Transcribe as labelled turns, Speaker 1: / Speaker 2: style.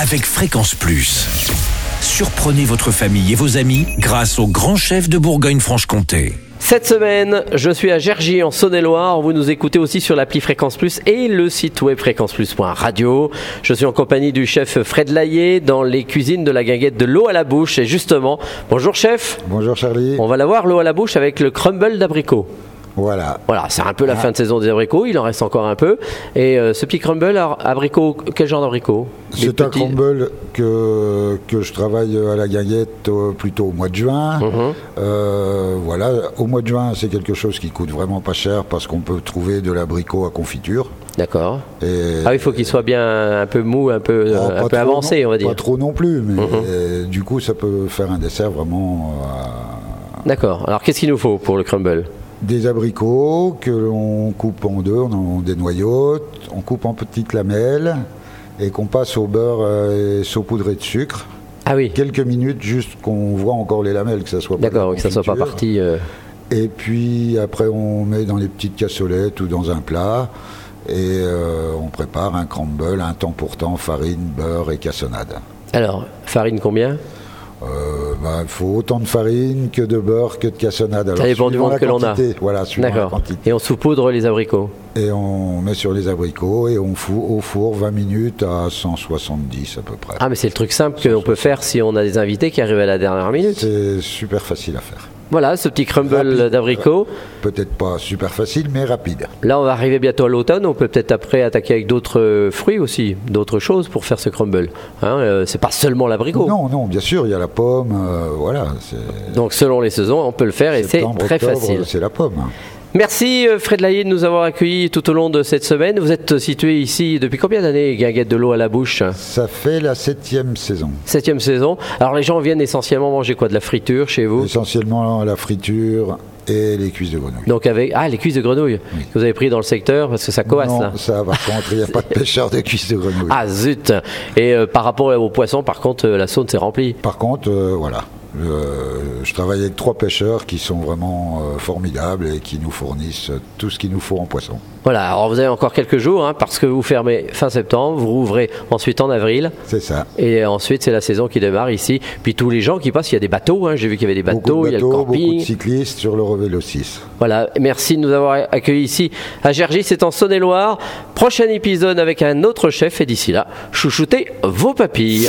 Speaker 1: avec Fréquence Plus. Surprenez votre famille et vos amis grâce au grand chef de Bourgogne-Franche-Comté.
Speaker 2: Cette semaine, je suis à Gergy en Saône-et-Loire. Vous nous écoutez aussi sur l'appli Fréquence Plus et le site web fréquenceplus.radio. Je suis en compagnie du chef Fred Laillé dans les cuisines de la guinguette de l'eau à la bouche. Et justement, bonjour chef.
Speaker 3: Bonjour Charlie.
Speaker 2: On va la voir l'eau à la bouche avec le crumble d'abricot.
Speaker 3: Voilà.
Speaker 2: Voilà, c'est un peu
Speaker 3: Ah.
Speaker 2: la fin de saison des abricots. Il en reste encore un peu. Et euh, ce petit crumble, alors, abricot, quel genre d'abricot Des
Speaker 3: C'est un
Speaker 2: petits-
Speaker 3: crumble que, que je travaille à la gaillette euh, plutôt au mois de juin.
Speaker 2: Mhm.
Speaker 3: Euh, voilà, au mois de juin, c'est quelque chose qui coûte vraiment pas cher parce qu'on peut trouver de l'abricot à confiture.
Speaker 2: D'accord.
Speaker 3: Et
Speaker 2: Ah, il faut qu'il soit bien un peu mou, un peu,
Speaker 3: Oh,
Speaker 2: euh,
Speaker 3: pas
Speaker 2: un peu
Speaker 3: trop
Speaker 2: avancé,
Speaker 3: non-
Speaker 2: on va dire. Mhm.
Speaker 3: Pas trop non plus, mais euh, du coup, ça peut faire un dessert vraiment euh,
Speaker 2: D'accord. Alors, qu'est-ce qu'il nous faut pour le crumble
Speaker 3: Des abricots que l'on coupe en deux, on en dénoyote, on coupe en petites lamelles et qu'on passe au beurre euh, et saupoudré de sucre.
Speaker 2: Ah oui.
Speaker 3: Quelques minutes, juste qu'on voit encore les lamelles, que ça soit pas de la
Speaker 2: D'accord, que ça soit pas
Speaker 3: confiture.
Speaker 2: parti. euh,
Speaker 3: Et puis après, on met dans les petites cassolettes ou dans un plat et euh, on prépare un crumble, un temps pour temps, farine, beurre et cassonade.
Speaker 2: Alors, farine combien
Speaker 3: Il bah, faut autant de farine que de beurre que de cassonade.
Speaker 2: Ça
Speaker 3: Alors,
Speaker 2: dépend du
Speaker 3: suivant
Speaker 2: monde
Speaker 3: la
Speaker 2: que l'on a.
Speaker 3: quantité, Voilà, suivant la
Speaker 2: D'accord.
Speaker 3: quantité.
Speaker 2: Et on saupoudre les abricots.
Speaker 3: Et on met sur les abricots et on fout au four 20 minutes à 170 à peu près.
Speaker 2: Ah, mais c'est le truc simple qu'on peut faire si on a des invités qui arrivent à la dernière minute.
Speaker 3: C'est super facile à faire.
Speaker 2: Voilà, ce petit crumble
Speaker 3: Rapide.
Speaker 2: d'abricot.
Speaker 3: Peut-être pas super facile, mais rapide.
Speaker 2: Là, on va arriver bientôt à l'automne. On peut peut-être après attaquer avec d'autres euh, fruits aussi, d'autres choses pour faire ce crumble. Hein, euh, c'est pas seulement l'abricot.
Speaker 3: Non, non, bien sûr, il y a la pomme, euh, voilà. c'est-
Speaker 2: Donc, selon les saisons, on peut le faire et c'est
Speaker 3: septembre,
Speaker 2: très
Speaker 3: octobre,
Speaker 2: facile.
Speaker 3: C'est la pomme.
Speaker 2: Merci euh, Fred Laillé de nous avoir accueillis tout au long de cette semaine. Vous êtes situé ici depuis combien d'années, Guinguette de l'eau à la bouche
Speaker 3: Ça fait la septième saison.
Speaker 2: Septième saison. Alors les gens viennent essentiellement manger quoi De la friture chez vous
Speaker 3: Essentiellement la friture et les cuisses de grenouille.
Speaker 2: Donc avec ah les cuisses de grenouille que vous avez pris dans le secteur parce que ça coasse
Speaker 3: Non,
Speaker 2: là.
Speaker 3: ça par contre, il n'y a pas de pêcheur de cuisses de grenouille.
Speaker 2: Ah zut Et euh, par rapport aux poissons, par contre, euh, la Saône s'est remplie.
Speaker 3: Par contre, euh, voilà, euh, je travaille avec trois pêcheurs qui sont vraiment euh, formidables et qui nous fournissent tout ce qu'il nous faut en poisson.
Speaker 2: Voilà. Alors vous avez encore quelques jours hein, parce que vous fermez fin septembre, vous rouvrez ensuite en avril.
Speaker 3: C'est ça.
Speaker 2: Et ensuite, c'est la saison qui démarre ici. Puis tous les gens qui passent, il y a des bateaux. hein, J'ai vu qu'il y avait des bateaux,
Speaker 3: beaucoup de
Speaker 2: il y a le
Speaker 3: bateaux, beaucoup de
Speaker 2: camping.
Speaker 3: cyclistes sur le revélo 6.
Speaker 2: Voilà, merci de nous avoir accueillis ici à Gergy, c'est en Saône-et-Loire. Prochain épisode avec un autre chef et d'ici là, chouchoutez vos papilles.